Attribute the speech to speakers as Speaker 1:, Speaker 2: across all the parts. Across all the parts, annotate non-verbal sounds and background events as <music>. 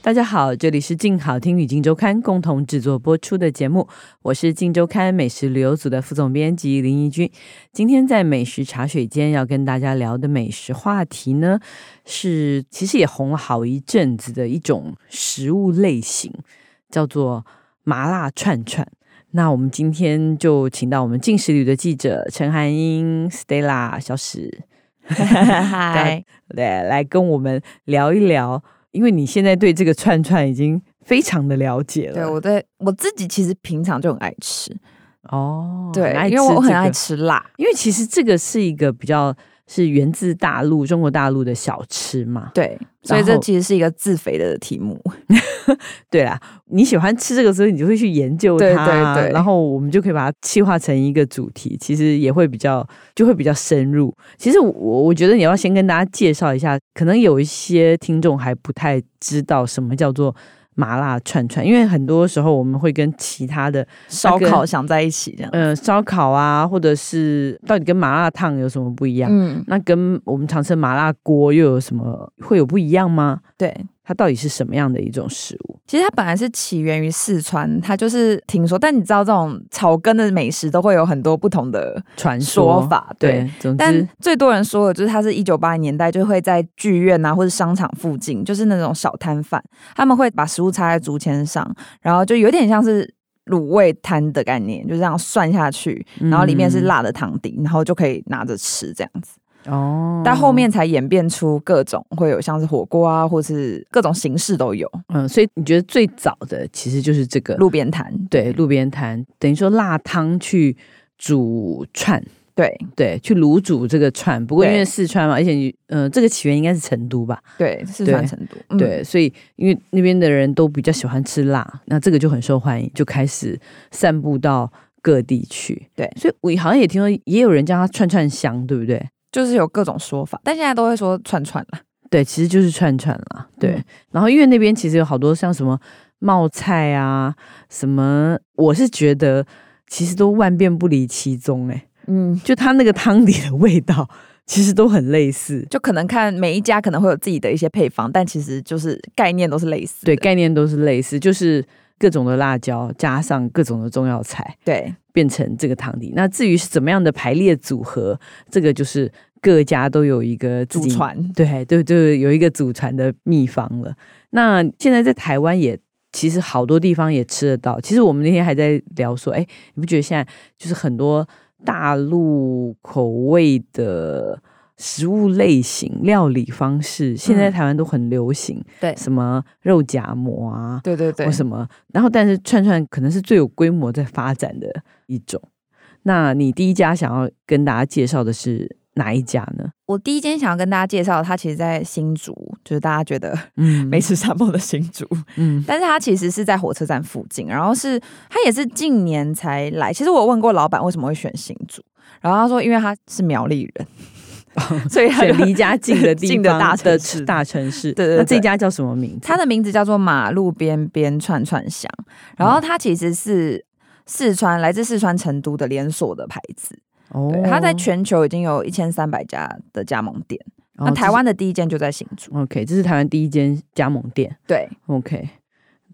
Speaker 1: 大家好，这里是静好听与静周刊共同制作播出的节目，我是静周刊美食旅游组的副总编辑林怡君。今天在美食茶水间要跟大家聊的美食话题呢，是其实也红了好一阵子的一种食物类型，叫做麻辣串串。那我们今天就请到我们进食旅的记者陈涵英、Stella、小史，
Speaker 2: <laughs> 啊
Speaker 1: 嗨，来来跟我们聊一聊。因为你现在对这个串串已经非常的了解了，
Speaker 2: 对我对我自己其实平常就很爱吃，
Speaker 1: 哦，
Speaker 2: 对，
Speaker 1: 很爱
Speaker 2: 因为我
Speaker 1: 吃
Speaker 2: 很
Speaker 1: 这个
Speaker 2: 爱吃辣，
Speaker 1: 因为其实这个是一个比较是源自大陆中国大陆的小吃嘛，
Speaker 2: 对，所以
Speaker 1: 然
Speaker 2: 这
Speaker 1: 后
Speaker 2: 其实是一个自肥的题目，
Speaker 1: 对啦，你喜欢吃这个，所以你就会去研究它，
Speaker 2: 对对对
Speaker 1: 然后我们就可以把它细化成一个主题，其实也会比较就会比较深入。其实我我觉得你要先跟大家介绍一下，可能有一些听众还不太知道什么叫做。麻辣串串，因为很多时候我们会跟其他的
Speaker 2: 烧
Speaker 1: 跟
Speaker 2: 烤想在一起这样，
Speaker 1: 呃烧烤啊，或者是到底跟麻辣烫有什么不一样？
Speaker 2: 嗯，
Speaker 1: 那跟我们常吃的麻辣锅又有什么会有不一样吗？
Speaker 2: 对。
Speaker 1: 它到底是什么样的一种食物？
Speaker 2: 其实它本来是起源于四川，它就是听说，但你知道这种草根的美食都会有很多不同的
Speaker 1: 传
Speaker 2: 说法，对。
Speaker 1: 对，嗯总
Speaker 2: 但
Speaker 1: 之
Speaker 2: 最多人说的就是，它是一九八零年代就会在剧院啊或者商场附近，就是那种小摊贩，他们会把食物插在竹签上，然后就有点像是卤味摊的概念，就这样涮下去，
Speaker 1: 嗯
Speaker 2: 然后里面是辣的汤底，然后就可以拿着吃这样子。
Speaker 1: 哦，
Speaker 2: 但后面才演变出各种会有像是火锅啊，或是各种形式都有
Speaker 1: 嗯，所以你觉得最早的其实就是这个
Speaker 2: 路边摊。
Speaker 1: 对路边摊，等于说辣汤去煮串，
Speaker 2: 对
Speaker 1: 对，去卤煮这个串。不过因
Speaker 2: 对
Speaker 1: 为四川嘛，而且你呃，这个起源应该是成都吧？
Speaker 2: 对，四川
Speaker 1: 对
Speaker 2: 成都。嗯
Speaker 1: 对，所以因为那边的人都比较喜欢吃辣，那这个就很受欢迎，就开始散布到各地去。
Speaker 2: 对
Speaker 1: 所以我好像也听说，也有人叫它串串香，对不对？
Speaker 2: 就是有各种说法，但现在都会说串串啦。
Speaker 1: 对，其实就是串串啦。对，
Speaker 2: 嗯
Speaker 1: 然后因为那边其实有好多像什么冒菜啊，什么，我是觉得其实都万变不离其宗、欸，哎，
Speaker 2: 嗯，
Speaker 1: 就它那个汤底的味道，其实都很类似。
Speaker 2: 就可能看每一家可能会有自己的一些配方，但其实就是概念都是类似的。
Speaker 1: 对，概念都是类似，就是各种的辣椒加上各种的中药材，
Speaker 2: 对
Speaker 1: 变成这个汤底。那至于是怎么样的排列组合，这个就是各家都有一个自
Speaker 2: 祖
Speaker 1: 己，
Speaker 2: 传，
Speaker 1: 对对对，有一个祖传的秘方了。那现在在台湾也。其实好多地方也吃得到。其实我们那天还在聊说，哎，你不觉得现在就是很多大陆口味的食物类型、料理方式，现在
Speaker 2: 嗯
Speaker 1: 台湾都很流行，
Speaker 2: 对
Speaker 1: 什么肉夹馍啊，
Speaker 2: 对对对
Speaker 1: 或，什么。然后，但是串串可能是最有规模在发展的一种。那你第一家想要跟大家介绍的是哪一家呢？
Speaker 2: 我第一间想要跟大家介绍，它其实在新竹，就是大家觉得 <laughs>
Speaker 1: 嗯，
Speaker 2: 美，食沙漠的新竹，
Speaker 1: 嗯，
Speaker 2: 但是它其实是在火车站附近，然后是它也是近年才来。其实我有问过老板为什么会选新竹，然后他说因为他是苗栗
Speaker 1: <laughs>
Speaker 2: 人，所以他
Speaker 1: 选
Speaker 2: 就
Speaker 1: 离家近的地方
Speaker 2: 近的大城
Speaker 1: 的
Speaker 2: 市
Speaker 1: 大城市。
Speaker 2: 对对
Speaker 1: 那这
Speaker 2: 对
Speaker 1: 家叫什么名字？
Speaker 2: 它的名字叫做马路边边串串香，然
Speaker 1: 嗯
Speaker 2: 后它其实是四川来自四川成都的连锁的牌子，
Speaker 1: 哦
Speaker 2: 对，它在全球已经有一千三百家的加盟店，
Speaker 1: 哦
Speaker 2: 那
Speaker 1: 这
Speaker 2: 呃台
Speaker 1: 是
Speaker 2: 湾的第一间就在新竹，
Speaker 1: OK，这是台湾第一间加盟店。
Speaker 2: 对
Speaker 1: OK，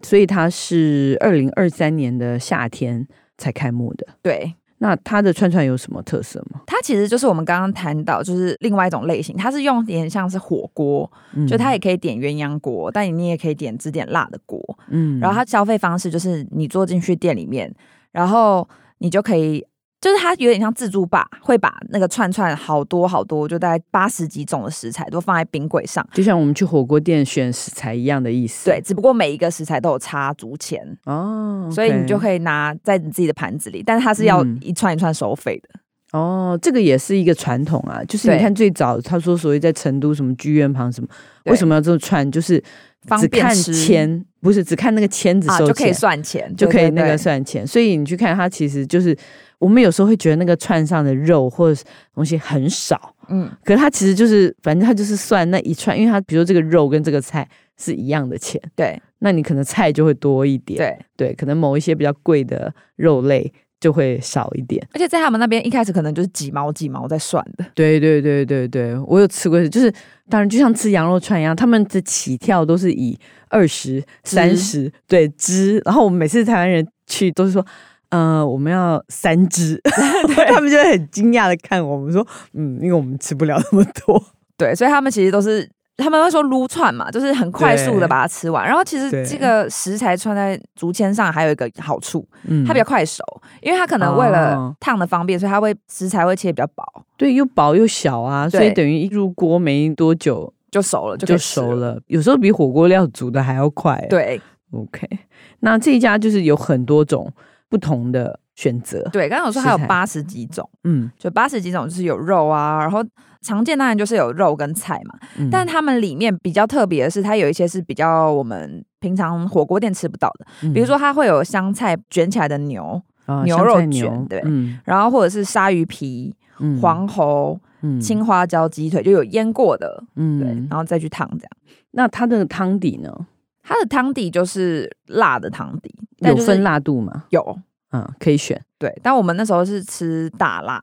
Speaker 1: 所以它是二零二三年的夏天才开幕的。
Speaker 2: 对，
Speaker 1: 那它的串串有什么特色吗？
Speaker 2: 它其实就是我们刚刚谈到，就是另外一种类型，它是用点像是火锅，
Speaker 1: 嗯
Speaker 2: 就它也可以点鸳鸯锅，但你也可以点只点辣的锅。
Speaker 1: 嗯
Speaker 2: 然后它消费方式就是你坐进去店里面，然后你就可以。就是它有点像自助吧，会把那个串串好多好多，就大概八十几种的食材都放在冰柜上。
Speaker 1: 就像我们去火锅店选食材一样的意思。
Speaker 2: 对，，只不过每一个食材都有插竹签，
Speaker 1: 哦，
Speaker 2: 所以你就
Speaker 1: OK
Speaker 2: 可以拿在你自己的盘子里，但它是要
Speaker 1: 嗯
Speaker 2: 一串一串收费的。
Speaker 1: 哦，这个也是一个传统啊，就是你
Speaker 2: 对
Speaker 1: 看最早他说所谓在成都什么剧院旁什么，
Speaker 2: 对
Speaker 1: 为什么要这么串？就是
Speaker 2: 方
Speaker 1: 只
Speaker 2: 便
Speaker 1: 看
Speaker 2: 吃
Speaker 1: 签，不是只看那个签子
Speaker 2: 啊，
Speaker 1: 收
Speaker 2: 就可
Speaker 1: 钱、
Speaker 2: 以算钱，
Speaker 1: 就可以
Speaker 2: 对对
Speaker 1: 那个
Speaker 2: 对
Speaker 1: 算钱。所以你去看它，其实就是我们有时候会觉得那个串上的肉或者是东西很少，
Speaker 2: 嗯，
Speaker 1: 可是它其实就是，反正它就是算那一串，因为它比如说这个肉跟这个菜是一样的钱，
Speaker 2: 对
Speaker 1: 那你可能菜就会多一点，
Speaker 2: 对，
Speaker 1: 对，可能某一些比较贵的肉类就会少一点。
Speaker 2: 而且在他们那边一开始可能就是几毛几毛在算的，
Speaker 1: 对对对对对，我有吃过，就是当然就像吃羊肉串一样，他们的起跳都是以二十三十对只，然后我们每次台湾人去都是说。呃，我们要三
Speaker 2: <laughs>
Speaker 1: 只，他们就会很惊讶的看我们说，嗯，因为我们吃不了那么
Speaker 2: <laughs>
Speaker 1: 多，
Speaker 2: 对，所以他们其实都是他们会说撸串嘛，就是很快速的把它吃完。然后其实
Speaker 1: 对
Speaker 2: 这个食材穿在竹签上还有一个好处，
Speaker 1: 嗯
Speaker 2: 它比较快熟，因为它可能为
Speaker 1: 哦
Speaker 2: 了烫的方便，所以它会食材会切比较薄
Speaker 1: 对，又薄又小啊，所以
Speaker 2: 对
Speaker 1: 等于一入锅没多久
Speaker 2: 就熟了，就
Speaker 1: 就
Speaker 2: 就
Speaker 1: 熟。了，有时候比火锅料煮的还要快。
Speaker 2: 对
Speaker 1: ，OK，那这一家就是有很多种不同的选择，
Speaker 2: 对，刚刚有说还有
Speaker 1: 食材
Speaker 2: 八十几种，
Speaker 1: 嗯，
Speaker 2: 就八十几种就是有肉啊，然后常见当然就是有肉跟菜嘛，
Speaker 1: 嗯
Speaker 2: 但他们里面比较特别的是，它有一些是比较我们平常火锅店吃不到的，
Speaker 1: 嗯
Speaker 2: 比如、说它会有香菜卷起来的牛，
Speaker 1: 啊
Speaker 2: 牛
Speaker 1: 香
Speaker 2: 肉
Speaker 1: 菜
Speaker 2: 卷
Speaker 1: 牛
Speaker 2: 对
Speaker 1: 嗯
Speaker 2: 然后或者是鲨鱼皮、
Speaker 1: 嗯
Speaker 2: 黄喉、
Speaker 1: 嗯
Speaker 2: 青花椒鸡腿，就有腌过的，对，
Speaker 1: 嗯
Speaker 2: 然，后再去烫这样。
Speaker 1: 那它的汤底呢，
Speaker 2: 它的汤底就是辣的汤底，但
Speaker 1: 有
Speaker 2: 就是
Speaker 1: 分辣度吗？
Speaker 2: 有
Speaker 1: 嗯，可以选
Speaker 2: 对，但我们那时候是吃大辣，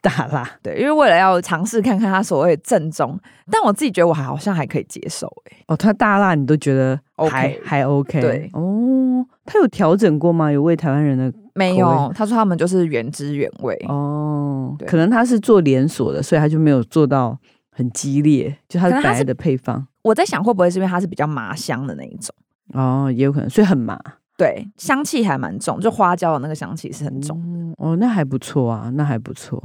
Speaker 1: 大辣，
Speaker 2: 对，因为为了要尝试看看它所谓的正宗，但我自己觉得我还好像还可以接受、欸，
Speaker 1: 哦，它大辣你都觉得还
Speaker 2: OK
Speaker 1: 还 OK，
Speaker 2: 对
Speaker 1: 哦，它有调整过吗？有为台湾人的
Speaker 2: 没
Speaker 1: 口
Speaker 2: 有，他说他们就是原汁原味，
Speaker 1: 哦，
Speaker 2: 对
Speaker 1: 可能他是做连锁的，所以他就没有做到很激烈，就他
Speaker 2: 可
Speaker 1: 本
Speaker 2: 能它是
Speaker 1: 来的配方
Speaker 2: 我在想会不会是因为它是比较麻香的那一种，
Speaker 1: 哦，也有可能，所以很麻
Speaker 2: 对，香气还蛮重，就花椒的那个香气是很重。
Speaker 1: 重哦，那还不错啊，那还不错。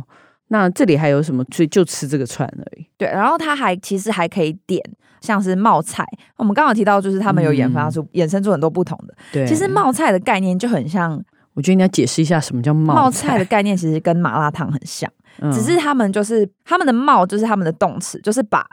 Speaker 1: 那这里还有什么？所以就吃这个串而已。
Speaker 2: 对，然后它还其实还可以点，像是冒菜。我们刚刚有提到，就是他们有研发出、衍生出很多不同的。
Speaker 1: 嗯对，
Speaker 2: 其实冒菜的概念就很像
Speaker 1: 我觉得你要解释一下什么叫冒
Speaker 2: 冒菜
Speaker 1: 菜
Speaker 2: 的，概念，其实跟麻辣烫很像，
Speaker 1: 嗯
Speaker 2: 只是他们就是他们的冒就是他们的动词，就是把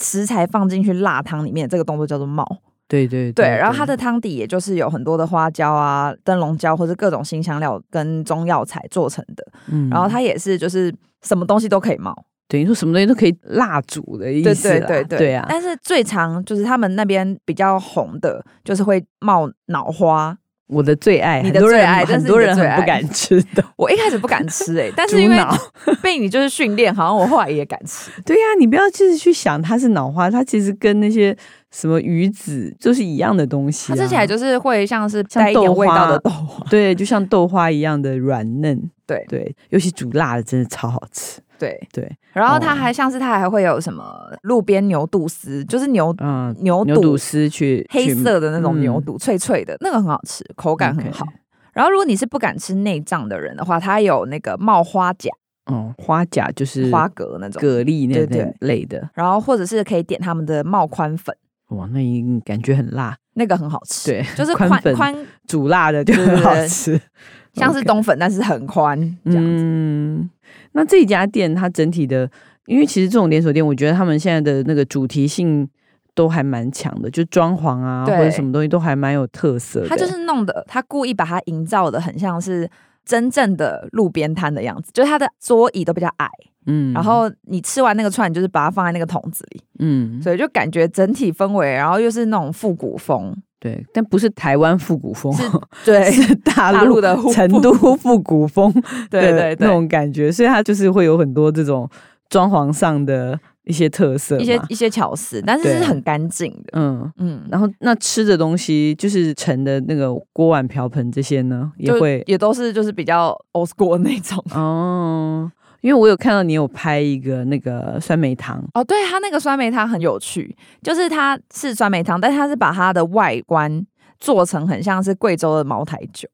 Speaker 2: 食材放进去辣汤里面，这个动作叫做冒。
Speaker 1: 对对
Speaker 2: 对，然后它的汤底也就是有很多的花椒啊、灯笼椒或者各种新香料跟中药材做成的。
Speaker 1: 嗯
Speaker 2: 然后它也是就是什么东西都可以冒。
Speaker 1: 等于说什么东西都可以辣煮的意
Speaker 2: 对
Speaker 1: 思
Speaker 2: 对
Speaker 1: 啦
Speaker 2: 对对
Speaker 1: 对啊，
Speaker 2: 但是最常就是他们那边比较红的，就是会冒脑花。
Speaker 1: 我的最爱，
Speaker 2: 你
Speaker 1: 很
Speaker 2: 的
Speaker 1: 多
Speaker 2: 最
Speaker 1: 人
Speaker 2: 爱这
Speaker 1: 很
Speaker 2: 是
Speaker 1: 多
Speaker 2: 你的
Speaker 1: 人
Speaker 2: 最
Speaker 1: 很不
Speaker 2: 爱
Speaker 1: 敢吃的，
Speaker 2: 我一开始不敢吃哎、
Speaker 1: <laughs>
Speaker 2: 但
Speaker 1: 猪
Speaker 2: 是因为
Speaker 1: 脑
Speaker 2: <laughs> 被你就是训练，好像我后来也敢吃。
Speaker 1: <laughs> 对呀、你不要就是去想它是脑花，它其实跟那些什么鱼子就是一样的东西、
Speaker 2: 它
Speaker 1: 啊。
Speaker 2: 吃起来就是会像是
Speaker 1: 像
Speaker 2: 带一点
Speaker 1: 豆
Speaker 2: 味道
Speaker 1: 花
Speaker 2: 的豆花。
Speaker 1: 对，就像豆花一样的软嫩。
Speaker 2: 对
Speaker 1: 对，尤其煮辣的真的超好吃。
Speaker 2: 对，
Speaker 1: 对，
Speaker 2: 然后它
Speaker 1: 哦
Speaker 2: 还像是它还会有什么路边牛肚丝，就是牛
Speaker 1: 嗯，
Speaker 2: 牛
Speaker 1: 牛肚
Speaker 2: 肚
Speaker 1: 丝去
Speaker 2: 黑色的那种牛，
Speaker 1: 去
Speaker 2: 肚，脆脆的那个很好吃，口感很
Speaker 1: OK
Speaker 2: 好。然后如果你是不敢吃内脏的人的话，它有那个冒花甲、
Speaker 1: 嗯，嗯花甲就是
Speaker 2: 花蛤那种。
Speaker 1: 蛤蜊那
Speaker 2: 对对
Speaker 1: 那类的。
Speaker 2: 然后或者是可以点他们的冒宽粉，
Speaker 1: 哇，那一定感觉很辣，
Speaker 2: 那个很好吃，
Speaker 1: 对，
Speaker 2: 就是
Speaker 1: 宽
Speaker 2: 宽
Speaker 1: 粉煮辣的就
Speaker 2: 对
Speaker 1: 很
Speaker 2: 对
Speaker 1: 好
Speaker 2: 对
Speaker 1: 吃，
Speaker 2: <laughs> 像是
Speaker 1: OK
Speaker 2: 冬粉，但是很宽这样子。
Speaker 1: 嗯，那这家店它整体的，因为其实这种连锁店，我觉得他们现在的那个主题性都还蛮强的，就装潢啊或
Speaker 2: 对
Speaker 1: 者什么东西都还蛮有特色的。
Speaker 2: 他就是弄的，他故意把它营造的很像是真正的路边摊的样子，就是它的桌椅都比较矮，
Speaker 1: 嗯
Speaker 2: 然后你吃完那个串，你就是把它放在那个桶子里，
Speaker 1: 嗯，
Speaker 2: 所以就感觉整体氛围，然后又是那种复古风，
Speaker 1: <laughs> 对，但不是台湾复古 <laughs> 风，
Speaker 2: 是对
Speaker 1: 是大
Speaker 2: 大
Speaker 1: 陆
Speaker 2: 陆的复古
Speaker 1: 成都复古风
Speaker 2: <laughs>
Speaker 1: 的
Speaker 2: 对对
Speaker 1: 那
Speaker 2: 对，
Speaker 1: 种感觉，所以它就是会有很多这种装潢上的一些特色嘛，
Speaker 2: 一些一些巧思，但
Speaker 1: 对
Speaker 2: 是是很干净的，
Speaker 1: 嗯。
Speaker 2: 嗯，
Speaker 1: 然后那吃的东西就是盛的那个锅碗瓢盆这些呢，也
Speaker 2: 就 <laughs>
Speaker 1: 会
Speaker 2: 也都是就是比较 old school 那种。
Speaker 1: 哦，因为我有看到你有拍一个那个酸梅汤，
Speaker 2: 哦，对，它那个酸梅汤很有趣，就是它是酸梅汤，但是它是把它的外观做成很像是贵州的茅台酒。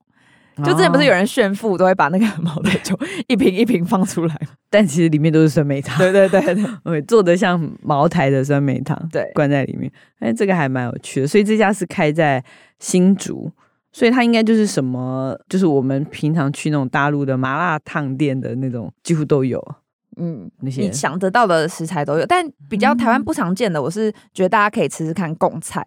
Speaker 2: 就之前不是有
Speaker 1: 哦，
Speaker 2: 人炫富都会把那个 <laughs> 茅台酒一瓶一瓶放出来吗？
Speaker 1: 但其实里面都是酸梅汤，
Speaker 2: 对对对
Speaker 1: <laughs>
Speaker 2: 对，
Speaker 1: 对，做的像茅台的酸梅汤，
Speaker 2: 对
Speaker 1: 灌在里面，哎，这个还蛮有趣的。所以这家是开在新竹，所以它应该就是什么，就是我们平常去那种大陆的麻辣烫店的那种，几乎都有
Speaker 2: 嗯，
Speaker 1: 那些
Speaker 2: 你。想得到的食材都有，但比较台湾不常见的，我是觉得大家可以吃吃看贡菜，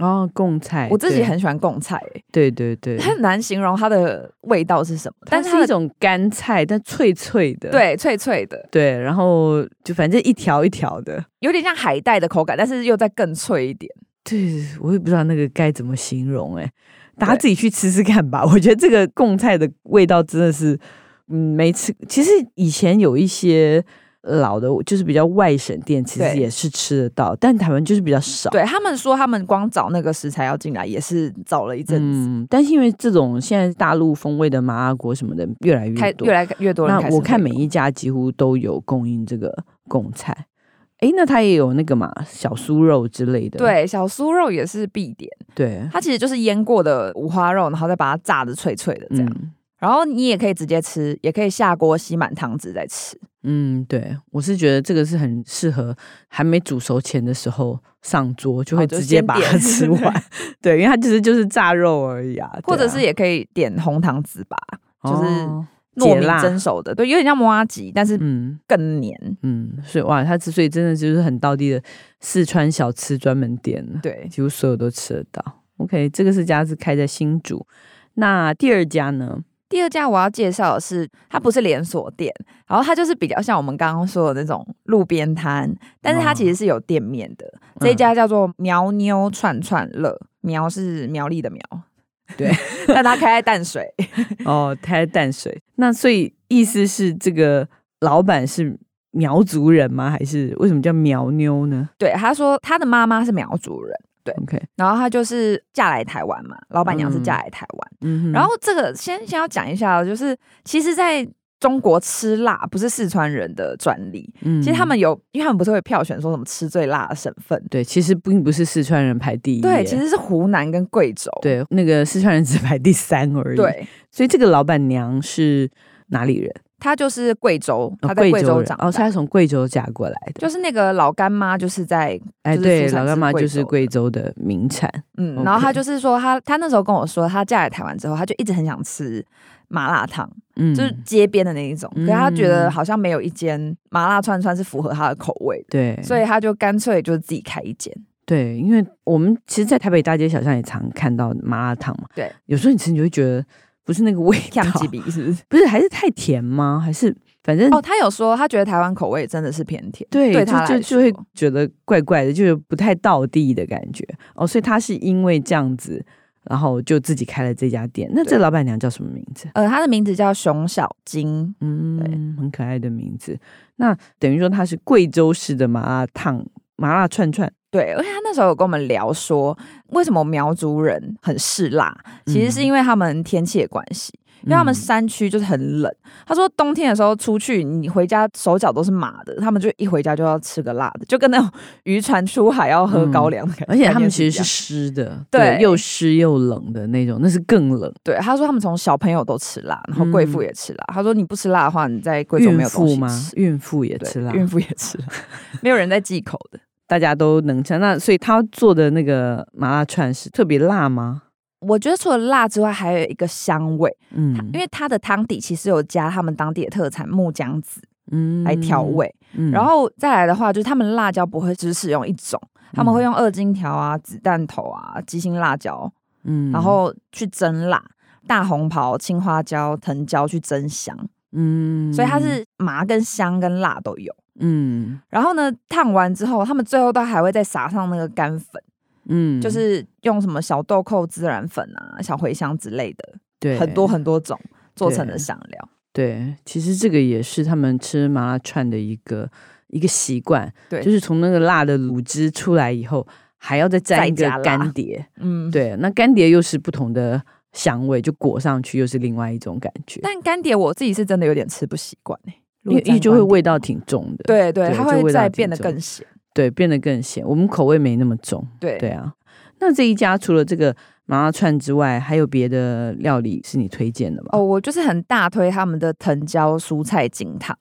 Speaker 1: 哦，贡菜，
Speaker 2: 我自己
Speaker 1: 对
Speaker 2: 很喜欢贡菜、欸，
Speaker 1: 对对
Speaker 2: <laughs>
Speaker 1: 对，
Speaker 2: 很难形容它的味道是什么，
Speaker 1: 但
Speaker 2: 但是
Speaker 1: 是
Speaker 2: 它
Speaker 1: 一
Speaker 2: 的
Speaker 1: 种干菜，但脆脆的，
Speaker 2: 对脆脆的，
Speaker 1: 对，然后就反正一条一条的，
Speaker 2: 有点像海带的口感，但是又再更脆一点。
Speaker 1: 对我也不知道那个该怎么形容哎、大家
Speaker 2: 对
Speaker 1: 自己去吃吃看吧。我觉得这个贡菜的味道真的是，嗯，没吃。其实以前有一些老的，就是比较外省店，其实
Speaker 2: 对
Speaker 1: 也是吃得到，但台湾就是比较少。
Speaker 2: 对他们说，他们光找那个食材要进来，也是找了一阵子，
Speaker 1: 嗯，但是因为这种现在大陆风味的麻辣锅什么的越来
Speaker 2: 开
Speaker 1: 越多，
Speaker 2: 越来越多人开
Speaker 1: 那
Speaker 2: 始
Speaker 1: 我看
Speaker 2: 会
Speaker 1: 每一家几乎都有供应这个贡菜。诶，那它也有那个嘛小酥肉之类的，
Speaker 2: 对小酥肉也是必
Speaker 1: <laughs>
Speaker 2: 点，
Speaker 1: 对，嗯
Speaker 2: 它其实就是腌过的五花肉，然后再把它炸的脆脆的这样。
Speaker 1: 嗯
Speaker 2: 然后你也可以直接吃，也可以下锅吸满汤汁再吃。
Speaker 1: 嗯，对，我是觉得这个是很适合还没煮熟前的时候上桌，就
Speaker 2: 哦
Speaker 1: 会
Speaker 2: 就
Speaker 1: 直接
Speaker 2: 先
Speaker 1: 把
Speaker 2: 点
Speaker 1: 它 <laughs> 吃完。对，因为它其实就是炸肉而已啊，对
Speaker 2: 或者
Speaker 1: 啊
Speaker 2: 是也可以点红糖糍粑，就是
Speaker 1: 哦
Speaker 2: 糯
Speaker 1: 解
Speaker 2: 米
Speaker 1: 辣
Speaker 2: 蒸熟的，对，有点像摩阿吉，但是
Speaker 1: 嗯
Speaker 2: 更黏。
Speaker 1: 嗯，所以哇，它之所以真的就是很道地的四川小吃专门店呢，
Speaker 2: 对，
Speaker 1: 几乎所有都吃得到。OK，这个是家是开在新竹，那第二家呢？
Speaker 2: 第二家我要介绍的是，它不是连锁店，然后它就是比较像我们刚刚说的那种路边摊，但是它
Speaker 1: 哦嗯
Speaker 2: 其实是有店面的。这一家叫做苗妞串串乐，苗是苗栗的苗，
Speaker 1: 对，
Speaker 2: <laughs> 但它开在淡水，
Speaker 1: <laughs> 哦，开淡水。那所以意思是这个老板是苗族人吗？还是为什么叫苗妞呢
Speaker 2: 对，他说他的妈妈是苗族人，
Speaker 1: ？OK，
Speaker 2: 然后他就是嫁来台湾嘛，老板娘是嫁来台湾。
Speaker 1: 嗯哼
Speaker 2: 然后这个先先要讲一下哦，就是其实在中国吃辣不是四川人的专利，
Speaker 1: 嗯
Speaker 2: 其实他们有，因为他们不是会票选说什么吃最辣的省份。
Speaker 1: 对，其实并不是四川人排第一耶，
Speaker 2: 对，其实是湖南跟贵州。
Speaker 1: 对那个四川人只排第三而已。，
Speaker 2: 对，
Speaker 1: 所以这个老板娘是哪里人？
Speaker 2: 他就是贵州，
Speaker 1: 哦
Speaker 2: 他在贵
Speaker 1: 州
Speaker 2: 州
Speaker 1: 人
Speaker 2: 长大，
Speaker 1: 哦，所以她从贵州嫁过来的。
Speaker 2: 就是那个老干妈，就是在
Speaker 1: 哎，
Speaker 2: 就是
Speaker 1: 对，
Speaker 2: 出产
Speaker 1: 老
Speaker 2: 自
Speaker 1: 干妈
Speaker 2: 贵
Speaker 1: 就是
Speaker 2: 州的
Speaker 1: 贵州的名产。
Speaker 2: 嗯，
Speaker 1: OK
Speaker 2: 然后他就是说他他那时候跟我说，他嫁来台湾之后，他就一直很想吃麻辣烫，
Speaker 1: 嗯，
Speaker 2: 就是街边的那一种，可
Speaker 1: 嗯
Speaker 2: 是他觉得好像没有一间麻辣串串是符合他的口味的。
Speaker 1: 对，
Speaker 2: 所以他就干脆就自己开一间，
Speaker 1: 对，因为我们其实，在台北大街小巷也常看到麻辣烫嘛。
Speaker 2: 对，
Speaker 1: 有时候你吃你就会觉得不是那个味道
Speaker 2: 呛，几笔是不是？
Speaker 1: 不是还是太甜吗？还是反正
Speaker 2: 哦，他有说他觉得台湾口味真的是偏甜，
Speaker 1: 嗯对，
Speaker 2: 对
Speaker 1: 就
Speaker 2: 他来
Speaker 1: 就就会
Speaker 2: 说
Speaker 1: 觉得怪怪的，就是不太道地的感觉哦。所以他是因为这样子，然后就自己开了这家店。那这
Speaker 2: 对
Speaker 1: 老板娘叫什么名字？
Speaker 2: 呃，他的名字叫熊小金，
Speaker 1: 嗯，很可爱的名字。那等于说她是贵州式的麻辣烫、麻辣串串。
Speaker 2: 对，而且他那时候有跟我们聊说，为什么苗族人很嗜辣，其实是因为他们天气的关系，因为他们
Speaker 1: 嗯
Speaker 2: 山区就是很冷。他说冬天的时候出去，你回家手脚都是麻的，他们就一回家就要吃个辣的，就跟那种 <laughs> 渔船出海要喝高粱的感
Speaker 1: 嗯
Speaker 2: 觉、
Speaker 1: 而且他们其实
Speaker 2: 概念
Speaker 1: 是
Speaker 2: 一样
Speaker 1: 湿的，
Speaker 2: 对
Speaker 1: 又湿又冷的那种，那是更冷。
Speaker 2: 对，他说他们从小朋友都吃辣，然后贵妇
Speaker 1: 嗯
Speaker 2: 也吃辣。他说你不吃辣的话，你在贵州没
Speaker 1: 孕
Speaker 2: 有东
Speaker 1: 妇
Speaker 2: 西
Speaker 1: 吗
Speaker 2: 吃？。
Speaker 1: 孕妇也
Speaker 2: 对
Speaker 1: 吃辣，
Speaker 2: 孕妇也吃辣，没有人在忌口的。
Speaker 1: 大家都能吃。那所以他做的那个麻辣串是特别辣吗？
Speaker 2: 我觉得除了辣之外，还有一个香味，
Speaker 1: 嗯
Speaker 2: 它因为它的汤底其实有加他们当地的特产木姜子
Speaker 1: 嗯
Speaker 2: 来调。味，
Speaker 1: 嗯
Speaker 2: 然后再来的话，就是他们辣椒不会只使用一种，他们会
Speaker 1: 嗯
Speaker 2: 用二荆条啊、子弹头啊、鸡心辣椒，
Speaker 1: 嗯
Speaker 2: 然后去蒸辣。大红袍、青花椒、藤椒去蒸香，
Speaker 1: 嗯
Speaker 2: 所以它是麻跟香跟辣都有。
Speaker 1: 嗯
Speaker 2: 然后呢，烫完之后，他们最后都还会再撒上那个干粉，
Speaker 1: 嗯，
Speaker 2: 就是用什么小豆蔻孜然粉啊、小茴香之类的，
Speaker 1: 对
Speaker 2: 很多很多种做成
Speaker 1: 对
Speaker 2: 的香料。
Speaker 1: 对。其实这个也是他们吃麻辣串的一个一个习惯，
Speaker 2: 对
Speaker 1: 就是从那个辣的卤汁出来以后，还要再
Speaker 2: 再
Speaker 1: 蘸一个
Speaker 2: 加辣
Speaker 1: 干碟。
Speaker 2: 嗯，。
Speaker 1: 对，那干碟又是不同的香味，就裹上去又是另外一种感觉。
Speaker 2: 但干碟我自己是真的有点吃不习惯哎，
Speaker 1: 因为因为就会味道挺重的，
Speaker 2: 对对，
Speaker 1: 对
Speaker 2: 它
Speaker 1: 就味
Speaker 2: 会
Speaker 1: 道
Speaker 2: 再
Speaker 1: 挺
Speaker 2: 变得
Speaker 1: 重
Speaker 2: 更咸。
Speaker 1: 对变得更咸。我们口味没那么重，
Speaker 2: 对
Speaker 1: 对啊。那这一家除了这个麻辣串之外，还有别的料理是你推荐的吗？
Speaker 2: 哦，，我就是很大推他们的藤椒蔬菜金汤。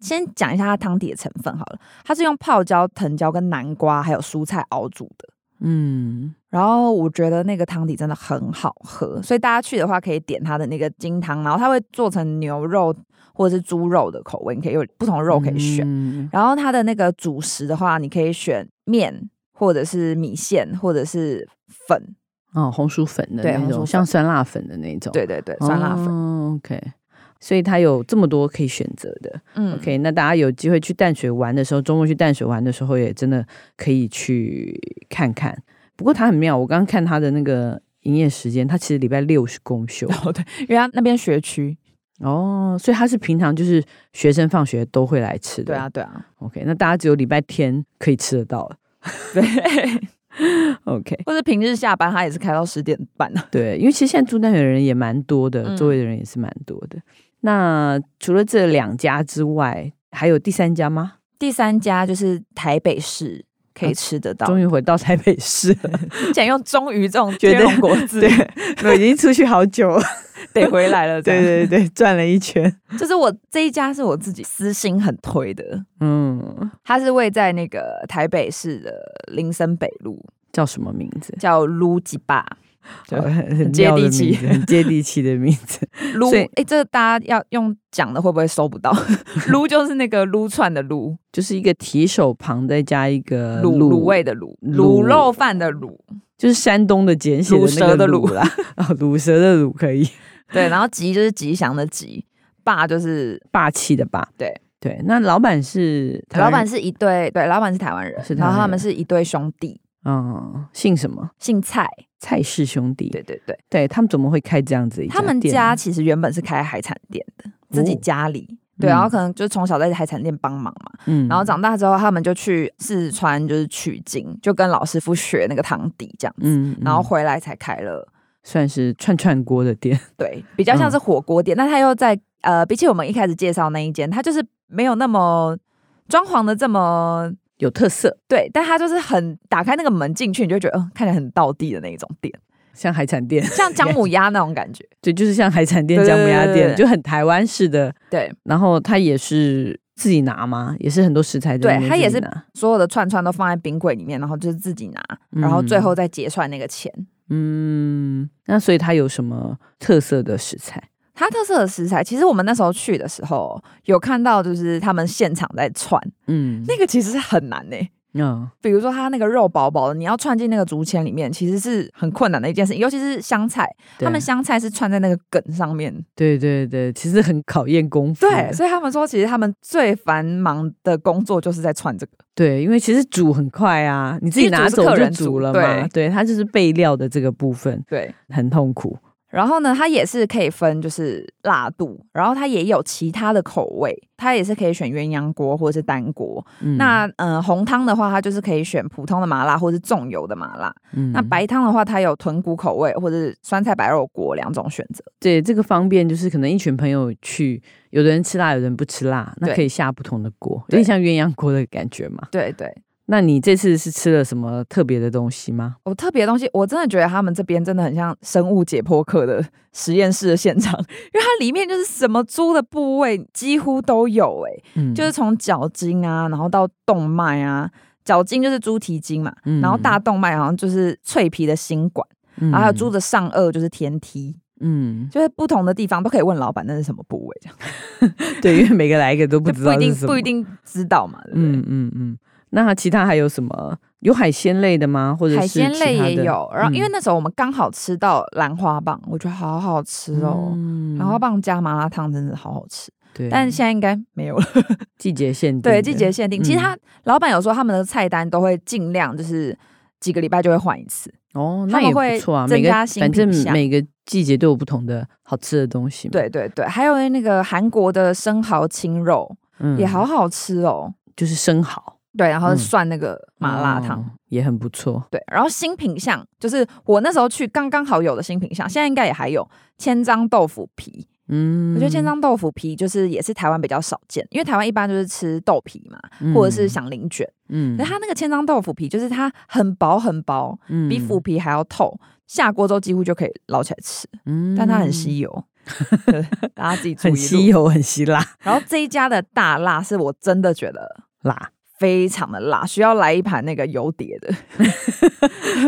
Speaker 2: 先讲一下它汤底的成分好了，它是用泡椒、藤椒跟南瓜还有蔬菜熬煮的。
Speaker 1: 嗯，
Speaker 2: 然后我觉得那个汤底真的很好喝，所以大家去的话可以点它的那个金汤，然后它会做成牛肉或者是猪肉的口味，你可以有不同的肉可以选。
Speaker 1: 嗯
Speaker 2: 然后它的那个主食的话，你可以选面或者是米线，或者是粉，
Speaker 1: 哦，红薯粉的
Speaker 2: 对
Speaker 1: 那
Speaker 2: 红薯
Speaker 1: 种，
Speaker 2: 粉
Speaker 1: 像酸辣粉的那种，，
Speaker 2: 对对对，酸辣粉。
Speaker 1: 哦、OK，所以它有这么多可以选择的。
Speaker 2: 嗯
Speaker 1: OK，那大家有机会去淡水玩的时候，周末去淡水玩的时候，也真的可以去看看。不过它很妙，我刚刚看它的那个营业时间，它其实礼拜六是公休
Speaker 2: 哦对，因为他那边学区，
Speaker 1: 哦，所以它是平常就是学生放学都会来吃的。
Speaker 2: 对啊对啊，
Speaker 1: ，OK，那大家只有礼拜天可以吃得到了。
Speaker 2: <laughs> 对，
Speaker 1: OK，
Speaker 2: 或者平日下班他也是开到十点半啊的、
Speaker 1: 对，因为其实现在住淡水的人也蛮多的，
Speaker 2: 嗯
Speaker 1: 周围的人也是蛮多的。那除了这两家之外，还有第三家吗？
Speaker 2: <laughs> 第三家就是台北市可以吃得到，
Speaker 1: 啊终于回到台北市了，
Speaker 2: 之前用“终于”这种
Speaker 1: 觉
Speaker 2: 天
Speaker 1: 得
Speaker 2: 龙
Speaker 1: <laughs>
Speaker 2: 国字
Speaker 1: 我已经出去好久了。
Speaker 2: 得回来了，
Speaker 1: 对
Speaker 2: <laughs> 对对
Speaker 1: 对对，转了一圈。
Speaker 2: 就是我这一家是我自己私心很推的，
Speaker 1: 嗯，
Speaker 2: 它是位在那个台北市的林森北路，
Speaker 1: 叫什么名字？
Speaker 2: 叫撸吉巴。对
Speaker 1: 好很
Speaker 2: 很接
Speaker 1: 妙的
Speaker 2: 地气
Speaker 1: 名字很接地气的名
Speaker 2: <laughs>
Speaker 1: 字。<laughs>
Speaker 2: 撸
Speaker 1: 所以
Speaker 2: 哎、这个大家要用讲的会不会搜不到？ <laughs> 撸就是那个撸串的撸，
Speaker 1: 就是一个提手旁再加一个
Speaker 2: 卤卤味，的卤，卤
Speaker 1: 呃卤
Speaker 2: 肉饭的卤。
Speaker 1: 就是山东的简写
Speaker 2: 卤
Speaker 1: 那
Speaker 2: 蛇
Speaker 1: 个
Speaker 2: 的
Speaker 1: 卤
Speaker 2: 卤
Speaker 1: 啦。 <laughs> 啊，卤蛇的卤可以，
Speaker 2: <laughs> 对，然后吉就是吉祥的吉，霸就是
Speaker 1: 霸气的霸。
Speaker 2: 对
Speaker 1: 对，那老板是台
Speaker 2: 老
Speaker 1: 湾
Speaker 2: 板是一对，对，老板是台湾人，
Speaker 1: 是台
Speaker 2: 然
Speaker 1: 湾
Speaker 2: 后他们
Speaker 1: 人
Speaker 2: 是一对兄弟，
Speaker 1: 嗯，姓什么？
Speaker 2: 姓蔡，
Speaker 1: 蔡氏兄弟。
Speaker 2: 对对对，
Speaker 1: 对他们怎么会开这样子一
Speaker 2: 他们
Speaker 1: 店
Speaker 2: 家
Speaker 1: 呢？
Speaker 2: 其实原本是开海产店的，自己
Speaker 1: 哦
Speaker 2: 家里。对，然
Speaker 1: 嗯
Speaker 2: 后可能就从小在海产店帮忙嘛，
Speaker 1: 嗯
Speaker 2: 然后长大之后，他们就去四川，就是取经，就跟老师傅学那个汤底这样子，
Speaker 1: 嗯，
Speaker 2: 然后
Speaker 1: 嗯
Speaker 2: 回来才开了，
Speaker 1: 算是串串锅的店。
Speaker 2: 对，比较
Speaker 1: 嗯
Speaker 2: 像是火锅店。那他又在呃，比起我们一开始介绍那一间，它就是没有那么装潢的这么
Speaker 1: 有特色，
Speaker 2: 对，但它就是很打开那个门进去，你就觉得嗯、呃看起来很道地的那一种店，
Speaker 1: 像海产店，
Speaker 2: 像姜母鸭那种感觉。
Speaker 1: 对，就是像海产店、
Speaker 2: 对对
Speaker 1: 姜母鸭
Speaker 2: 对对
Speaker 1: 店，
Speaker 2: 对
Speaker 1: 就很台湾式的。
Speaker 2: 对，
Speaker 1: 然后它也是自己拿嘛，也是很多食材在那边
Speaker 2: 对它也
Speaker 1: 自己
Speaker 2: 是
Speaker 1: 拿
Speaker 2: 所有的串串都放在冰柜里面，然后就是自己拿，然后最后再结算那个钱。
Speaker 1: 嗯，那所以它有什么特色的食材？
Speaker 2: 它特色的食材，其实我们那时候去的时候有看到，就是他们现场在串，
Speaker 1: 嗯
Speaker 2: 那个其实是很难欸呢、
Speaker 1: 嗯
Speaker 2: 比如说它那个肉薄薄的，你要串进那个竹签里面，其实是很困难的一件事情，尤其是香菜，
Speaker 1: 对
Speaker 2: 他们香菜是串在那个梗上面。
Speaker 1: 对对对，其实很考验功夫的。
Speaker 2: 对，所以他们说，其实他们最繁忙的工作就是在串这个。
Speaker 1: 对，因为其实煮很快啊，你自己
Speaker 2: 因为煮
Speaker 1: 拿
Speaker 2: 是
Speaker 1: 走
Speaker 2: 客
Speaker 1: 就
Speaker 2: 人
Speaker 1: 煮
Speaker 2: 煮
Speaker 1: 了嘛。
Speaker 2: 对
Speaker 1: 对，它就是备料的这个部分
Speaker 2: 对，
Speaker 1: 很痛苦。
Speaker 2: 然后呢，它也是可以分就是辣度，然后它也有其他的口味，它也是可以选鸳鸯锅或者是单锅。
Speaker 1: 嗯
Speaker 2: 那呃红汤的话，它就是可以选普通的麻辣或是重油的麻辣。
Speaker 1: 嗯
Speaker 2: 那白汤的话，它有豚骨口味或者是酸菜白肉锅两种选择。
Speaker 1: 对这个方便，就是可能一群朋友去，有的人吃辣，有的人不吃辣，那
Speaker 2: 对
Speaker 1: 可以下不同的锅，有
Speaker 2: 对
Speaker 1: 点像鸳鸯锅的感觉嘛。
Speaker 2: 对对，
Speaker 1: 那你这次是吃了什么特别的东西吗？
Speaker 2: 我、特别的东西，我真的觉得他们这边真的很像生物解剖课的 <laughs> 实验室的现场，因为它里面就是什么猪的部位几乎都有、欸，
Speaker 1: 嗯，
Speaker 2: 就是从脚筋啊，然后到动脉啊，脚筋就是猪蹄筋嘛，
Speaker 1: 嗯
Speaker 2: 然后大动脉好像就是脆皮的心管，
Speaker 1: 嗯
Speaker 2: 然后还有猪，的上颚就是天梯，
Speaker 1: 嗯，
Speaker 2: 就是不同的地方都可以问老板那是什么部位，这样
Speaker 1: 对，因为每个来一个都不知
Speaker 2: 就不
Speaker 1: 道
Speaker 2: 一
Speaker 1: 是
Speaker 2: 定
Speaker 1: 什么，
Speaker 2: 不一，定知道嘛，对不对？
Speaker 1: 嗯嗯嗯。那其他还有什么？有海鲜类的吗？或者是
Speaker 2: 海鲜类
Speaker 1: 其他的
Speaker 2: 也有，然后因为
Speaker 1: 嗯
Speaker 2: 那时候我们刚好吃到兰花棒，我觉得好好吃哦。
Speaker 1: 嗯
Speaker 2: 兰花棒加麻辣烫真的好好吃，
Speaker 1: 对，
Speaker 2: 但现在应该没有了。
Speaker 1: 季节限定的，
Speaker 2: 对，季节限定。其实
Speaker 1: 嗯
Speaker 2: 他老板有说他们的菜单都会尽量就是几个礼拜就会换一次。
Speaker 1: 哦，那
Speaker 2: 他们
Speaker 1: 也不
Speaker 2: 会
Speaker 1: 错啊，
Speaker 2: 增
Speaker 1: 每个
Speaker 2: 加新
Speaker 1: 反
Speaker 2: 品
Speaker 1: 正
Speaker 2: 项
Speaker 1: 每个季节都有不同的好吃的东西嘛，
Speaker 2: 对对对，还有那个韩国的生蚝青肉、
Speaker 1: 嗯，
Speaker 2: 也好好吃哦。
Speaker 1: 就是生蚝
Speaker 2: 对，然后
Speaker 1: 嗯
Speaker 2: 涮那个麻辣烫。
Speaker 1: 哦也很不错。
Speaker 2: 对，然后新品项就是我那时候去刚刚好有的新品项，现在应该也还有千张豆腐皮。
Speaker 1: 嗯，
Speaker 2: 我觉得千张豆腐皮就是也是台湾比较少见，因为台湾一般就是吃豆皮嘛，或者是响铃卷。
Speaker 1: 嗯
Speaker 2: 那、它那个千张豆腐皮就是它很薄很薄，
Speaker 1: 嗯
Speaker 2: 比腐皮还要透，下锅之后几乎就可以捞起来吃，
Speaker 1: 嗯
Speaker 2: 但它很，稀有，
Speaker 1: <laughs>
Speaker 2: 对大家自己注意。
Speaker 1: 很稀有，很稀辣，
Speaker 2: 然后这一家的大辣是我真的觉得
Speaker 1: 辣
Speaker 2: 非常的辣，需要来一盘那个油碟的。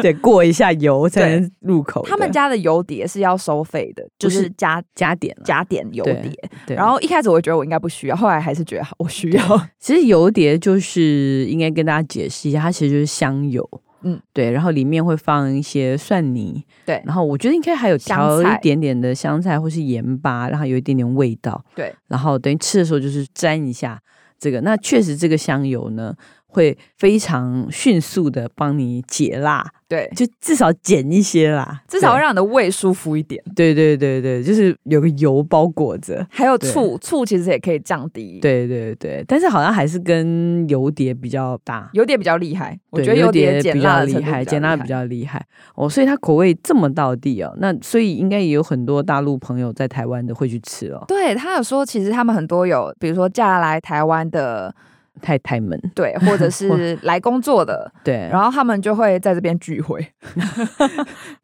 Speaker 1: 得过一下油才
Speaker 2: 对
Speaker 1: 能入口的。
Speaker 2: 他们家的油碟是要收费的，就
Speaker 1: 不是
Speaker 2: 是加
Speaker 1: 加点了，
Speaker 2: 加点油
Speaker 1: 对
Speaker 2: 碟。
Speaker 1: 对
Speaker 2: 然后一开始我觉得我应该不需要，后来还是觉得好，我需要。
Speaker 1: 其实油碟就是应该跟大家解释一下，它其实就是香油，嗯
Speaker 2: 嗯，
Speaker 1: 对，然后里面会放一些蒜泥，
Speaker 2: 对
Speaker 1: 然后我觉得应该还有调
Speaker 2: 香菜
Speaker 1: 一点点的香菜或是盐巴，让它有一点点味道，
Speaker 2: 对，
Speaker 1: 然后等于吃的时候就是沾一下这个，那确实这个香油呢会非常迅速的帮你解辣，
Speaker 2: <laughs> 对，
Speaker 1: 就至少减一些啦，
Speaker 2: 至少会让你的胃舒服一点。
Speaker 1: 对对对对，对就是有个油包裹着。
Speaker 2: 还有
Speaker 1: 对
Speaker 2: 醋，醋其实也可以降低。，
Speaker 1: 对对对，但是好像还是跟油碟比较大，
Speaker 2: 油碟比较厉害，我
Speaker 1: 对
Speaker 2: 觉得油碟减
Speaker 1: 比较
Speaker 2: 辣的程
Speaker 1: 厉
Speaker 2: 度
Speaker 1: 害，减辣
Speaker 2: 辣
Speaker 1: 比。较厉害哦，所以它口味这么到地哦，那所以应该也有很多大陆朋友在台湾的会去吃哦，
Speaker 2: 对他有说，其实他们很多有，比如说嫁来台湾的，
Speaker 1: 太太们
Speaker 2: 对，或 <laughs> 者是来工作的，
Speaker 1: 对，
Speaker 2: 然后他们就会在这边聚会。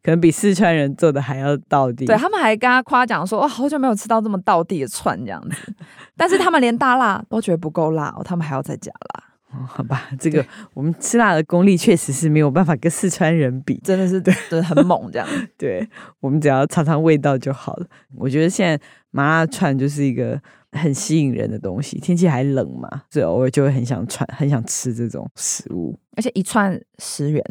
Speaker 1: 可能比四川人做的还要到地，
Speaker 2: 对他们还跟他夸奖说，哇，哦好久没有吃到这么道地的串这样子。但是他们连大辣都觉得不够辣哦，他们还要再加辣，
Speaker 1: 哦好吧，这个我们吃辣的功力确实是没有办法跟四川人比，
Speaker 2: 真的是真的很猛这样。
Speaker 1: 对我们只要尝尝味道就好了。我觉得现在麻辣串就是一个很吸引人的东西，天气还冷嘛，所以偶尔就会很想串，很想吃这种食物。
Speaker 2: <laughs> 而且一串十元，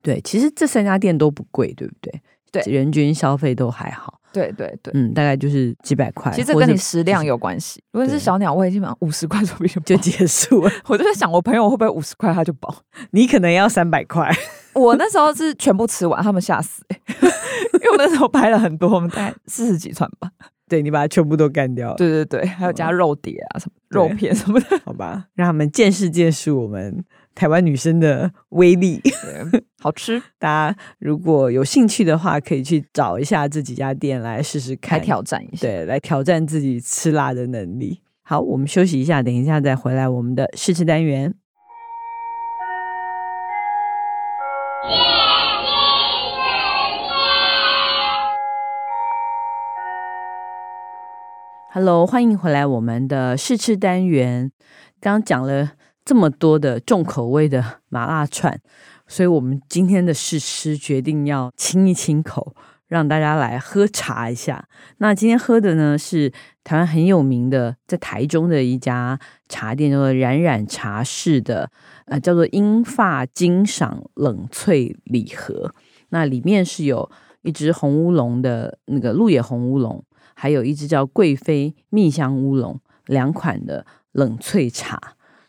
Speaker 1: 对，其实这三家店都不贵，对不对？
Speaker 2: 对
Speaker 1: 人均消费都还好，
Speaker 2: 对对对。
Speaker 1: 嗯，大概就是几百块。
Speaker 2: 其实这
Speaker 1: 或
Speaker 2: 跟
Speaker 1: 是
Speaker 2: 你食量有关系。如果
Speaker 1: 对
Speaker 2: 是小鸟胃，基本上五十块左右
Speaker 1: <laughs> 就
Speaker 2: 就 <laughs> 饱。
Speaker 1: 结束了， <laughs>
Speaker 2: 我就在想，我朋友会不会五十块他就饱？
Speaker 1: 你可能要三百块。 <laughs>
Speaker 2: 我那时候是全部吃完，他们吓死、欸， <laughs> 因为我那时候拍了很多，我们大概四十几串吧。
Speaker 1: 对你把它全部都干掉，
Speaker 2: 对对对，还有加肉碟啊什么肉
Speaker 1: 嗯对
Speaker 2: 片什么的，
Speaker 1: 好吧，让他们见识见识我们台湾女生的威力。 <laughs>
Speaker 2: 好吃，
Speaker 1: 大家如果有兴趣的话，可以去找一下这几家店来试试
Speaker 2: 来
Speaker 1: 看，
Speaker 2: 挑战一下。
Speaker 1: 对，来挑战自己吃辣的能力。好，我们休息一下，等一下再回来我们的试吃单元。Hello，欢迎回来我们的试吃单元。刚刚讲了这么多的重口味的麻辣串，所以我们今天的试吃决定要清一清口，让大家来喝茶一下。那今天喝的呢是台湾很有名的，在台中的一家茶店，叫做冉冉茶室的，呃，叫做英发金赏冷萃礼盒。那里面是有一只红乌龙的那个鹿野红乌龙，还有一只叫贵妃蜜香乌龙，两款的冷萃茶。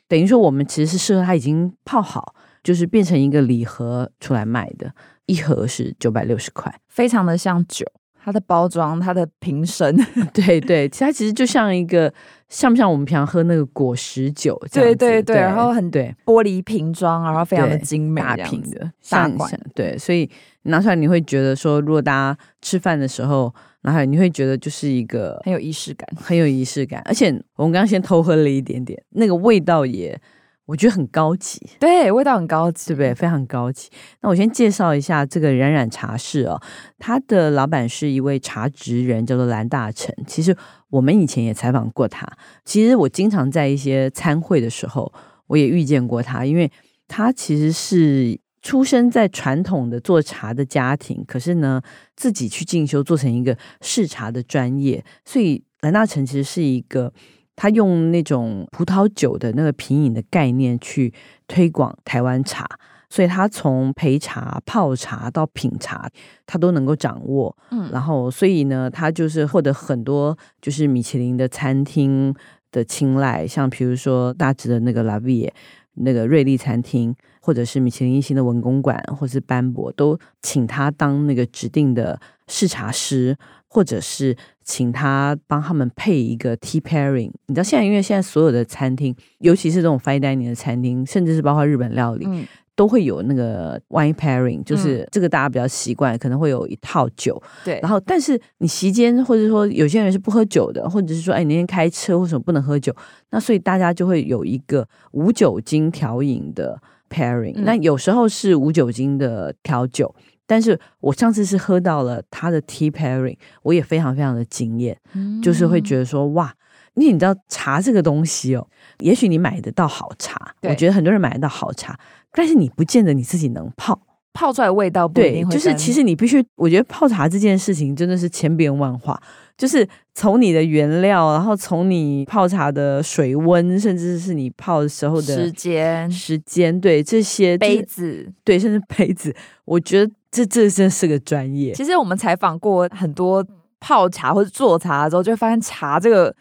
Speaker 1: 等于说我们其实是适合它已经泡好，就是变成一个礼盒出来卖的，一盒是九百六十块。
Speaker 2: 非常的像酒，它的包装、它的瓶身， <laughs>
Speaker 1: 对对，其它其实就像一个像不像我们平常喝那个果实酒这样
Speaker 2: 对
Speaker 1: 子？
Speaker 2: 对对然后很
Speaker 1: 对
Speaker 2: 玻璃瓶装，然后非常的
Speaker 1: 对
Speaker 2: 精美，
Speaker 1: 大
Speaker 2: 这样
Speaker 1: 瓶
Speaker 2: 子
Speaker 1: 的，
Speaker 2: 大
Speaker 1: 像
Speaker 2: 罐
Speaker 1: 像对，所以拿出来你会觉得说，如果大家吃饭的时候拿出来，你会觉得就是一个
Speaker 2: 很有仪式感。
Speaker 1: 很有仪式感，而且我们刚刚先偷喝了一点点，那个味道也我觉得很高级。
Speaker 2: 对，味道很高级，
Speaker 1: 对不对？？非常高级。那我先介绍一下这个冉冉茶室哦，它的老板是一位茶职人，叫做蓝大成。其实我们以前也采访过他，其实我经常在一些参会的时候，我也遇见过他，因为他其实是。出生在传统的做茶的家庭，可是呢，自己去进修做成一个试茶的专业，所以蓝大成其实是一个他用那种葡萄酒的那个品饮的概念去推广台湾茶，所以他从焙茶、泡茶到品茶，他都能够掌握。
Speaker 2: 嗯
Speaker 1: 然后，所以呢，他就是获得很多就是米其林的餐厅的青睐，像比如说大直的那个拉比耶那个瑞丽餐厅，或者是米其林一星的文公馆，或是斑驳，都请他当那个指定的试茶师，或者是请他帮他们配一个 tea pairing。你知道现在，因为现在所有的餐厅，尤其是这种 fine dining 的餐厅，甚至是包括日本料理，
Speaker 2: 嗯，
Speaker 1: 都会有那个 wine pairing，就是这个大家比较习惯，可能会有一套酒。
Speaker 2: 对，
Speaker 1: 然后，但是你席间或者说有些人是不喝酒的，或者是说，哎，你那天开车为什么不能喝酒？那所以大家就会有一个无酒精调饮的 pairing、
Speaker 2: 嗯
Speaker 1: 那有时候是无酒精的调酒，但是我上次是喝
Speaker 2: 嗯
Speaker 1: 到了它的 tea pairing，我也非常非常的惊艳，就是会觉得说，哇，因为你知道茶这个东西哦，也许你买得到好茶，
Speaker 2: 对
Speaker 1: 我觉得很多人买得到好茶，但是你不见得你自己能泡。
Speaker 2: 泡出来的味道不一
Speaker 1: 对
Speaker 2: 定，会
Speaker 1: 就
Speaker 2: 跟。
Speaker 1: 是其实你必须，我觉得泡茶这件事情真的是千变万化，就是从你的原料，然后从你泡茶的水温，甚至是你泡的时候
Speaker 2: 时
Speaker 1: 的
Speaker 2: 间、
Speaker 1: 时间，对这些就是
Speaker 2: 杯子，
Speaker 1: 对，甚至杯子，我觉得这这真是个专业。
Speaker 2: 其实我们采访过很多泡茶或者做茶的时候，就会发现茶这个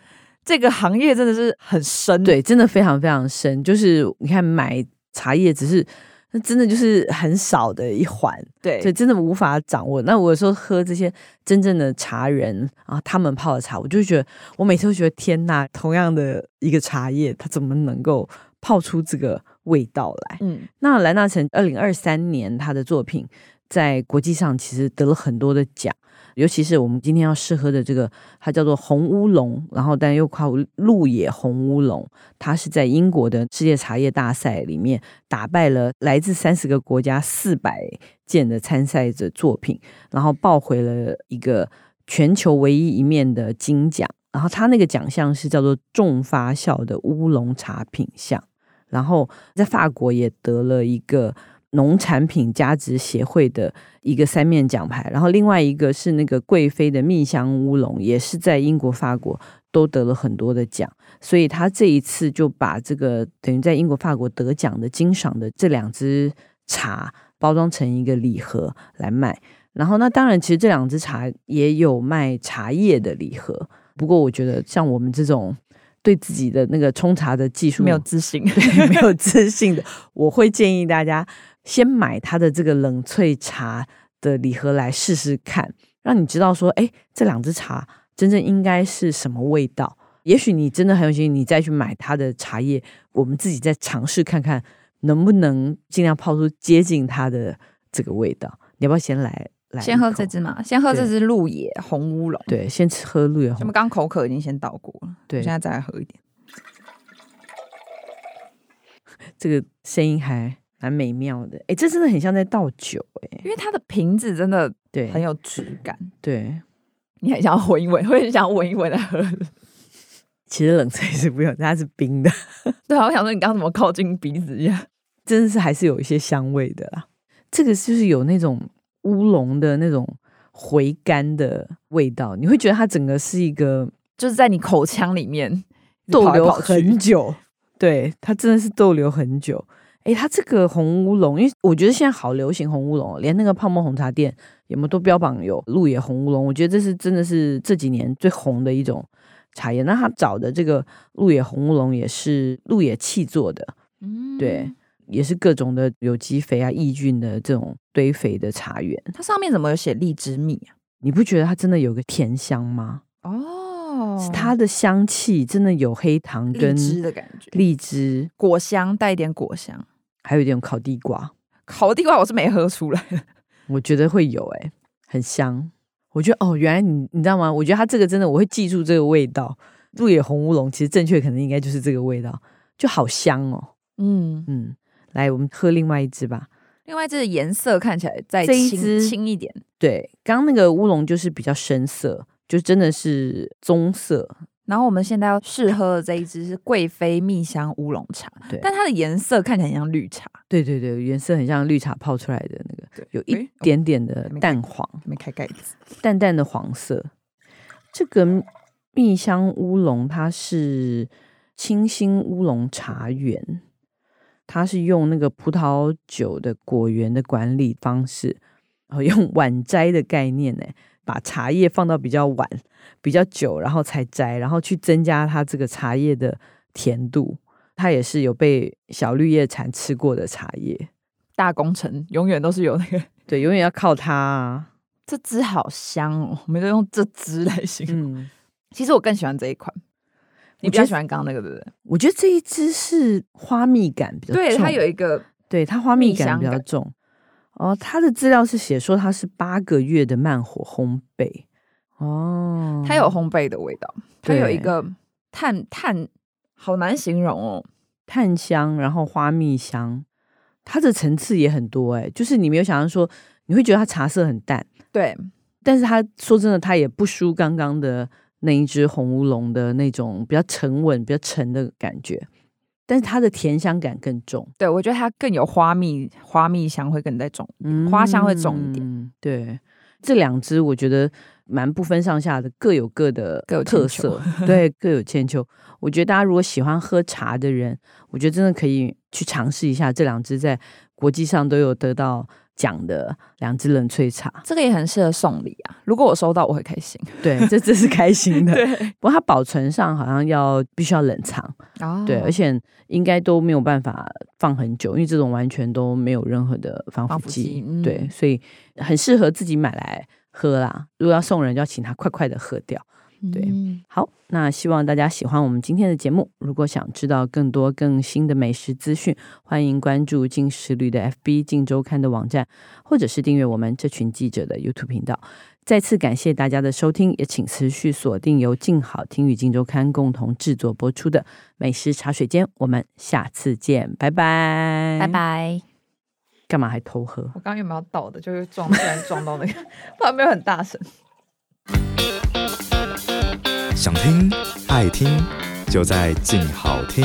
Speaker 2: 这个行业真的是很深。，
Speaker 1: 对，真的非常非常深。就是你看买茶叶，只是那真的就是很少的一环，
Speaker 2: 对
Speaker 1: 对，真的无法掌握。那我有时候喝这些真正的茶人啊，他们泡的茶，我就觉得我每次都觉得天呐，同样的一个茶叶，它怎么能够泡出这个味道来？
Speaker 2: 嗯，
Speaker 1: 那兰纳城二零二三年他的作品在国际上其实得了很多的奖，尤其是我们今天要试喝的这个，它叫做红乌龙，然后但又靠鹿野红乌龙，它是在英国的世界茶叶大赛里面打败了来自三十个国家四百件的参赛者作品，然后抱回了一个全球唯一一面的金奖。然后它那个奖项是叫做重发酵的乌龙茶品项，然后在法国也得了一个农产品价值协会的一个三面奖牌，然后另外一个是那个贵妃的蜜香乌龙，也是在英国、法国都得了很多的奖，所以他这一次就把这个等于在英国、法国得奖的金赏的这两支茶包装成一个礼盒来卖。然后，那当然，其实这两支茶也有卖茶叶的礼盒。不过，我觉得像我们这种对自己的那个冲茶的技术
Speaker 2: 没有自信。
Speaker 1: 对， <laughs> 没有自信的，我会建议大家先买它的这个冷萃茶的礼盒来试试看，让你知道说，哎，这两支茶真正应该是什么味道。也许你真的很有兴趣，你再去买它的茶叶，我们自己再尝试看看能不能尽量泡出接近它的这个味道。你要不要先来来
Speaker 2: <laughs> 先喝
Speaker 1: 一口
Speaker 2: 这支嘛，先喝这
Speaker 1: 对
Speaker 2: 支鹿野红乌龙。
Speaker 1: 对，先吃喝绿
Speaker 2: 我
Speaker 1: 红
Speaker 2: 们，刚口渴已经先倒过了，
Speaker 1: 对
Speaker 2: 我现在再来喝一点。
Speaker 1: 这个声音还哎蛮美妙的。哎，这真的很像在倒酒哎、
Speaker 2: 因为它的瓶子真的
Speaker 1: 对，
Speaker 2: 很有质感，
Speaker 1: 对。
Speaker 2: 你很想要闻一闻， <laughs> 会很想闻一闻啊再喝。
Speaker 1: 其实冷萃是不用，它是冰的，
Speaker 2: <laughs>
Speaker 1: <laughs>
Speaker 2: 对啊，我想说你刚刚怎么靠近鼻子一样？
Speaker 1: 真的是还是有一些香味的啦。这个就是有那种乌龙的那种回甘的味道，你会觉得它整个是一个
Speaker 2: 就是在你口腔里面
Speaker 1: 逗留
Speaker 2: 跑来跑去
Speaker 1: 很久，对，它真的是逗留很久。诶，它这个红乌龙，因为我觉得现在好流行红乌龙哦，连那个泡沫红茶店有没有都标榜有鹿野红乌龙，我觉得这是真的是这几年最红的一种茶叶。那他找的这个鹿野红乌龙也是鹿野气做的，
Speaker 2: 嗯
Speaker 1: 对，也是各种的有机肥啊、抑菌的这种堆肥的茶园，
Speaker 2: 它上面怎么有写荔枝蜜啊？
Speaker 1: 你不觉得它真的有个甜香吗？
Speaker 2: 哦
Speaker 1: 是它的香气真的有黑糖
Speaker 2: 荔
Speaker 1: 跟
Speaker 2: 枝的感觉，
Speaker 1: 荔枝，
Speaker 2: 果香带一点果香。
Speaker 1: 还有一点烤地瓜，
Speaker 2: 烤地瓜我是没喝出来，
Speaker 1: 我觉得会有诶、哎很香。我觉得哦，原来你你知道吗？我觉得它这个真的我会记住这个味道。鹿野红乌龙其实正确可能应该就是这个味道，就好香哦。
Speaker 2: 嗯，
Speaker 1: 嗯，来我们喝另外一支吧。
Speaker 2: 另外这个颜色看起来再
Speaker 1: 这一
Speaker 2: 清
Speaker 1: 支
Speaker 2: 清一点，
Speaker 1: 对，刚刚那个乌龙就是比较深色，就真的是棕色，
Speaker 2: 然后我们现在要试喝的这一支是贵妃蜜香乌龙茶，
Speaker 1: 对
Speaker 2: 但它的颜色看起来很像绿茶，
Speaker 1: 对对对，颜色很像绿茶泡出来的那个，
Speaker 2: 对
Speaker 1: 有一点点的
Speaker 2: 没
Speaker 1: 淡黄，
Speaker 2: 没开盖子，
Speaker 1: 淡淡的黄色。这个蜜香乌龙，它是清新乌龙茶园，它是用那个葡萄酒的果园的管理方式，然后用 <laughs> 晚摘的概念呢，把茶叶放到比较晚、比较久，然后才摘，然后去增加它这个茶叶的甜度。它也是有被小绿叶蝉吃过的茶叶，
Speaker 2: 大工程永远都是有那个。
Speaker 1: 对，永远要靠它、啊。
Speaker 2: <laughs> 这支好香哦，我们就用这支来形容。
Speaker 1: 嗯，
Speaker 2: 其实我更喜欢这一款，你
Speaker 1: 我
Speaker 2: 比
Speaker 1: 觉
Speaker 2: 较
Speaker 1: 得
Speaker 2: 喜欢刚刚那个对不对？
Speaker 1: 我觉得这一支是花蜜感比较重，
Speaker 2: 对，它有一个
Speaker 1: 对它花蜜
Speaker 2: 蜜香
Speaker 1: 感比较
Speaker 2: 感
Speaker 1: 重。哦，它的资料是写说它是八个月的慢火烘焙。哦，
Speaker 2: 它有烘焙的味道，它有一
Speaker 1: 对
Speaker 2: 个炭炭，好难形容哦。
Speaker 1: 炭香，然后花蜜香，它的层次也很多哎、就是你没有想象说，你会觉得它茶色很淡，
Speaker 2: 对，
Speaker 1: 但是它说真的，它也不输刚刚的那一只红乌龙的那种比较沉稳、比较沉的感觉，但是它的甜香感更重，
Speaker 2: 对我觉得它更有花蜜，花蜜香会更再重。花香会重一点
Speaker 1: 嗯对，这两只我觉得蛮不分上下的，各有各的
Speaker 2: 各有千
Speaker 1: 特
Speaker 2: 秋 <laughs>
Speaker 1: 色， <laughs> 对，各有千秋。我觉得大家如果喜欢喝茶的人，我觉得真的可以去尝试一下这两只在国际上都有得到奖的两只冷萃茶。
Speaker 2: 这个也很适合送礼啊！如果我收到，我会开心。
Speaker 1: 对，这这是开心的。
Speaker 2: <laughs> 对，
Speaker 1: 不过它保存上好像要必须要冷藏，
Speaker 2: <laughs> 哦
Speaker 1: 对，而且应该都没有办法放很久，因为这种完全都没有任何的防
Speaker 2: 防
Speaker 1: 腐
Speaker 2: 腐
Speaker 1: 剂
Speaker 2: 剂，嗯
Speaker 1: 对，所以很适合自己买来喝啦。如果要送人，就要请他快快的喝掉。对
Speaker 2: 嗯
Speaker 1: 好，那希望大家喜欢我们今天的节目。如果想知道更多更新的美食资讯，欢迎关注进食旅的 FB、进周刊的网站，或者是订阅我们这群记者的 YouTube 频道。再次感谢大家的收听，也请持续锁定由静好听与静周刊共同制作播出的《美食茶水间》，我们下次见，拜拜，
Speaker 2: 拜。拜。
Speaker 1: 干嘛还偷喝？
Speaker 2: 我刚刚有没有倒的？就是撞，突然撞到那个， <laughs> 不然没有很大声。
Speaker 3: 想听爱听，就在静好听。